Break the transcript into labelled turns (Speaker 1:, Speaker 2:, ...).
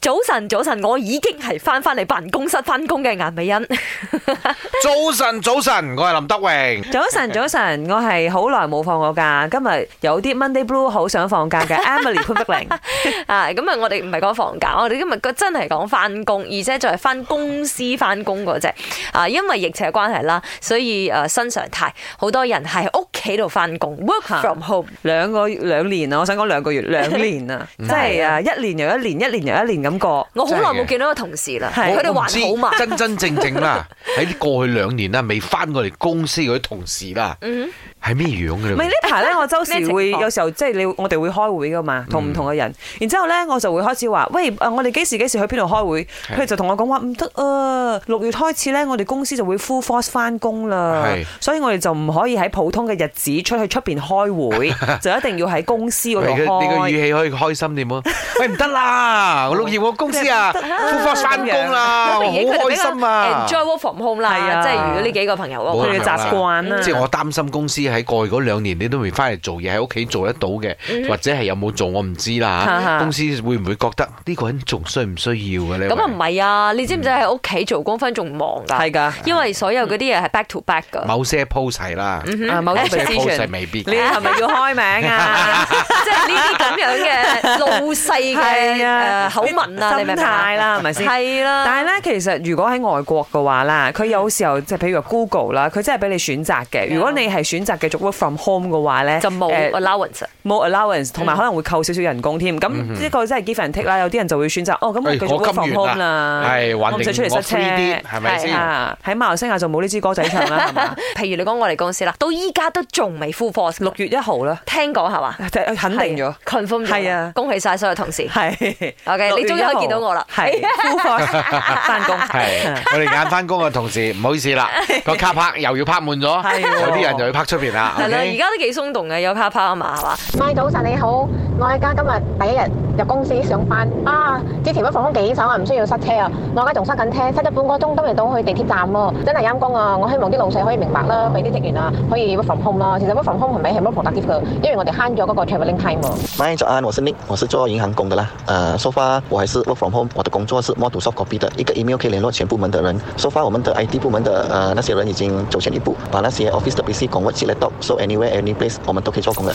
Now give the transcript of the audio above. Speaker 1: 早晨，早晨，我已經係翻翻嚟辦公室翻工嘅顏美欣。
Speaker 2: 早晨，早晨，我係林德榮。
Speaker 3: 早晨，早晨，我係好耐冇放過假，今日有啲 Monday Blue 好想放 假嘅 Emily 潘碧玲，
Speaker 1: 啊，咁啊，我哋唔係講放假，我哋今日個真係講翻工，而且就係翻公司翻工嗰隻。啊，因為疫情嘅關係啦，所以誒、呃新常態，好多人係喺屋企度翻工，work
Speaker 3: 嚇
Speaker 1: from home。
Speaker 3: 兩個兩年啊，我想講兩 個月，兩年啊，
Speaker 1: 嗯
Speaker 3: 即係啊，一年又一年，一年又一年咁過。
Speaker 1: 我好耐
Speaker 2: 真係
Speaker 1: 冇
Speaker 2: 嘅
Speaker 1: 見到個同事啦，
Speaker 3: 係
Speaker 1: 佢哋
Speaker 2: 我唔
Speaker 1: 還好嘛
Speaker 2: 知？真真 正正啦，喺過去兩年啦，未翻過嚟公司嗰啲同事啦，
Speaker 1: 嗯
Speaker 2: 係咩樣嘅
Speaker 3: 唔係
Speaker 2: 咧
Speaker 3: 呢？排咧，我周時
Speaker 1: 咩情
Speaker 3: 會
Speaker 1: 況嗯
Speaker 3: 有時候即係你我哋會開會噶嘛，同唔同嘅人。然之後咧，我就會開始話：喂，誒我哋幾時幾時去邊度開會？佢就同我講話唔得啊！六月開始咧，我哋公司就會 full force 翻工啦
Speaker 2: 係，
Speaker 3: 所以我哋就唔可以喺普通嘅日子出去出邊 開會，就一定要喺公司嗰
Speaker 2: 你
Speaker 3: 度
Speaker 2: 嘅你嘅語
Speaker 3: 開。
Speaker 2: 氣可以開心啲啊！喂，唔 得啦，我六月我公司啊，
Speaker 3: 即係唔得啊
Speaker 2: 呼花翻工啦，啊我
Speaker 1: 咁
Speaker 2: 好
Speaker 1: 明顯佢哋
Speaker 2: 開
Speaker 1: 比較
Speaker 2: 心啊！
Speaker 1: enjoy work from home
Speaker 3: 係
Speaker 1: 啦，
Speaker 3: 啊
Speaker 1: 即係如果呢幾個朋友哦
Speaker 2: 冇啊
Speaker 3: 佢
Speaker 1: 嘅
Speaker 3: 哋
Speaker 2: 錯
Speaker 1: 話
Speaker 2: 啦
Speaker 3: 習慣啦，
Speaker 2: 即係我擔心公司喺過去嗰兩年你都未翻嚟做嘢，喺屋企做得到嘅，或者係有冇做我唔知啦
Speaker 3: 哈
Speaker 2: 嚇
Speaker 3: 哈
Speaker 2: 公司會唔會覺得呢個人仲需唔需要嘅咧？
Speaker 1: 咁啊唔係啊，你知唔知喺屋企做工分仲忙㗎？
Speaker 3: 係㗎。
Speaker 1: 因為所有嗰啲嘢係 back to back 㗎。
Speaker 2: 某些 post 係啦，某
Speaker 3: 啊，某啲
Speaker 2: 些 post 係
Speaker 3: position，
Speaker 2: 未必嘅
Speaker 3: 你。 係咪要開名啊？
Speaker 1: 即係呢啲咁樣嘅老細嘅
Speaker 3: 係啊
Speaker 1: 誒口吻啊，你明
Speaker 3: 心
Speaker 1: 唔明啊？
Speaker 3: 態啦，係咪先？
Speaker 1: 係啦，
Speaker 3: 但係咧，其實如果喺外國嘅話啦，佢有時候即係譬如話 Google 啦，佢真係俾你選擇嘅。如果你係選擇繼續 work from home 嘅話咧，
Speaker 1: 就冇
Speaker 3: 誒
Speaker 1: allowance 啊
Speaker 3: 冇 allowance，同埋可能會扣少少人工添。咁呢個真係 give and take 啦。有啲人就會選擇哦，咁我
Speaker 2: 哎
Speaker 3: 繼
Speaker 2: 我
Speaker 3: 續 work
Speaker 2: 金
Speaker 3: from
Speaker 2: 元
Speaker 3: home
Speaker 2: 啦，
Speaker 3: 啦。
Speaker 2: 係還
Speaker 3: 我唔使出
Speaker 2: 定
Speaker 3: 嚟
Speaker 2: 我
Speaker 3: 塞
Speaker 2: free 啲，
Speaker 3: 車
Speaker 2: 係咪
Speaker 1: 係
Speaker 2: 先？
Speaker 3: 啊，喺馬來西亞就冇呢支歌仔唱啦， 係嘛？
Speaker 1: 譬如你講我哋公司啦，到依家都仲未 full force，
Speaker 3: 六月一號啦，
Speaker 1: 聽講係嘛？
Speaker 3: 就肯定咗。
Speaker 1: confirm 咗，
Speaker 3: 係啊
Speaker 1: 恭喜晒所有同事。
Speaker 3: 係
Speaker 1: OK，你終於可以見到我啦
Speaker 3: 係 full force 翻工，
Speaker 2: 係， 我哋眼翻工嘅同事，唔好意思啦，個卡拍又要拍滿咗，
Speaker 3: 係喎
Speaker 2: 有啲人就要拍出邊啦。
Speaker 1: 係啦，而
Speaker 2: OK？
Speaker 1: 家都幾鬆動嘅，有卡拍啊嘛，係嘛？
Speaker 4: 咪早晨你好，我而家今日第一日入公司上班啊！之前嗰放工幾爽啊，唔需要塞車啊！我而家仲塞緊車，塞咗半個鐘都未到去地鐵站喎，真係陰公啊！我希望啲老細可以明白啦，俾啲職員啊可以 work from home 啦。其實 work from home 係咪係 work productive 嘅？因為我哋慳咗嗰個 travelling time 喎。
Speaker 5: 麦早安，我是 Nick，我是做银行工的啦。呃，so far 我还是 work from home，我的工作是 more to soft copy 的，一个 email 可以联络全部门的人。so far 我们的 IT 部门的呃那些人已经走前一步，把那些 office 的 PC 工 work 起来 so anywhere any place 我们都可以做工的。